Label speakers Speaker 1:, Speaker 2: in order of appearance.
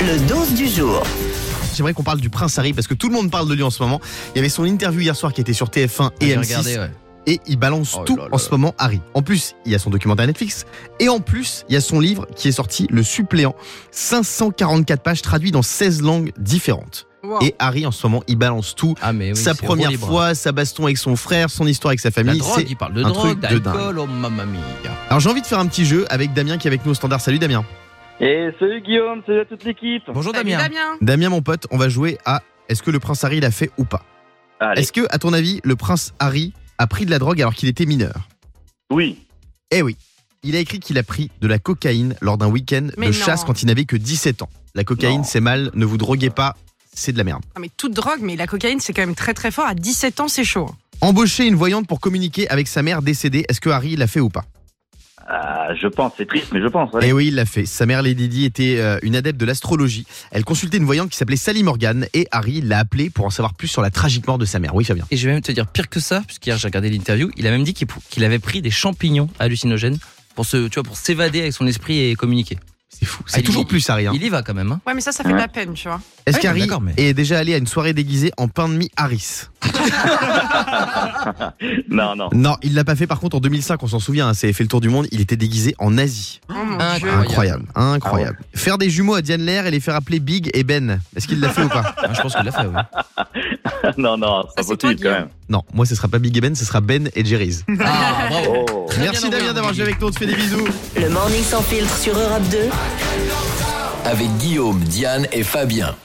Speaker 1: Le dose du jour.
Speaker 2: J'aimerais qu'on parle du prince Harry parce que tout le monde parle de lui en ce moment. Il y avait son interview hier soir qui était sur TF1 et
Speaker 3: Ah, J'ai
Speaker 2: M6
Speaker 3: regardé, ouais.
Speaker 2: et il balance
Speaker 3: Oh là
Speaker 2: tout
Speaker 3: là
Speaker 2: en ce
Speaker 3: là.
Speaker 2: moment Harry. En plus, il y a son documentaire Netflix et en plus, il y a son livre qui est sorti Le suppléant, 544 pages traduit dans 16 langues différentes. Et Harry en ce moment, il balance tout.
Speaker 3: Ah, mais oui,
Speaker 2: sa
Speaker 3: c'est
Speaker 2: première
Speaker 3: roue libre.
Speaker 2: fois, sa baston avec son frère, son histoire avec sa
Speaker 3: La
Speaker 2: famille.
Speaker 3: drogue,
Speaker 2: c'est-
Speaker 3: il parle de
Speaker 2: un
Speaker 3: drogue,
Speaker 2: truc de
Speaker 3: d'alcool, oh mamma mia.
Speaker 2: Alors j'ai envie de faire un petit jeu avec Damien qui est avec nous au standard. Salut Damien.
Speaker 4: Et salut Guillaume, salut à toute l'équipe.
Speaker 3: Bonjour
Speaker 5: Salut
Speaker 3: Damien.
Speaker 2: Damien mon pote, on va jouer à est-ce que le prince Harry l'a fait ou pas
Speaker 4: Allez.
Speaker 2: Est-ce que à ton avis, le prince Harry a pris de la drogue alors qu'il était mineur
Speaker 4: Oui.
Speaker 2: Eh oui, il a écrit qu'il a pris de la cocaïne lors d'un week-end
Speaker 5: Mais
Speaker 2: de
Speaker 5: non.
Speaker 2: chasse quand il n'avait que 17 ans. La cocaïne,
Speaker 4: Non.
Speaker 2: c'est mal, ne vous droguez pas, c'est de la merde.
Speaker 5: Ah, mais toute drogue, mais la cocaïne, c'est quand même très très fort. À 17 ans, c'est chaud.
Speaker 2: Embaucher une voyante pour communiquer avec sa mère décédée, est-ce que Harry l'a fait ou pas
Speaker 4: Ah, je pense, c'est triste, mais je pense. allez.
Speaker 2: Eh oui, il l'a fait. Sa mère, Lady Di, était euh, une adepte de l'astrologie. Elle consultait une voyante qui s'appelait Sally Morgan et Harry l'a appelée pour en savoir plus sur la tragique mort de sa mère. Oui, Fabien.
Speaker 3: Et je vais même te dire pire que ça, puisqu'hier j'ai regardé l'interview, il a même dit qu'il pou- qu'il avait pris des champignons hallucinogènes pour se, tu vois, pour s'évader avec son esprit et communiquer.
Speaker 2: C'est fou.
Speaker 3: Ah,
Speaker 2: C'est
Speaker 3: il-
Speaker 2: toujours plus, Harry. hein.
Speaker 3: Il y va quand même. Hein.
Speaker 5: Ouais, mais ça, ça fait de la peine, tu vois.
Speaker 2: Est-ce
Speaker 3: Ouais,
Speaker 2: qu'Harry
Speaker 3: d'accord, mais-
Speaker 2: est déjà allé à une soirée déguisée en pain de mie Harris
Speaker 4: Non, non.
Speaker 2: Non, il l'a pas fait. Par contre, en 2005, on s'en souvient, hein, c'est fait le tour du monde. Il était déguisé en Asie.
Speaker 5: Oh mon
Speaker 3: Incroyable.
Speaker 5: dieu.
Speaker 2: Incroyable, incroyable. Faire des jumeaux à Diane Lair et les faire appeler Big et Ben. Est-ce qu'il l'a fait ou pas
Speaker 3: Ah, je pense qu'il l'a fait, ouais.
Speaker 4: non, non, c'est pas
Speaker 5: Ça, c'est toi,
Speaker 4: possible quand même.
Speaker 2: Non, moi ce sera pas Big et Ben, ce sera Ben et Jerry's.
Speaker 3: Ah, bravo.
Speaker 4: Oh.
Speaker 3: Très bien
Speaker 2: Merci
Speaker 3: envoyé,
Speaker 2: Damien d'avoir
Speaker 3: Big.
Speaker 2: joué avec nous, on te fait des bisous.
Speaker 1: Le morning sans filtre sur Europe 2.
Speaker 6: avec Guillaume, Diane et Fabien.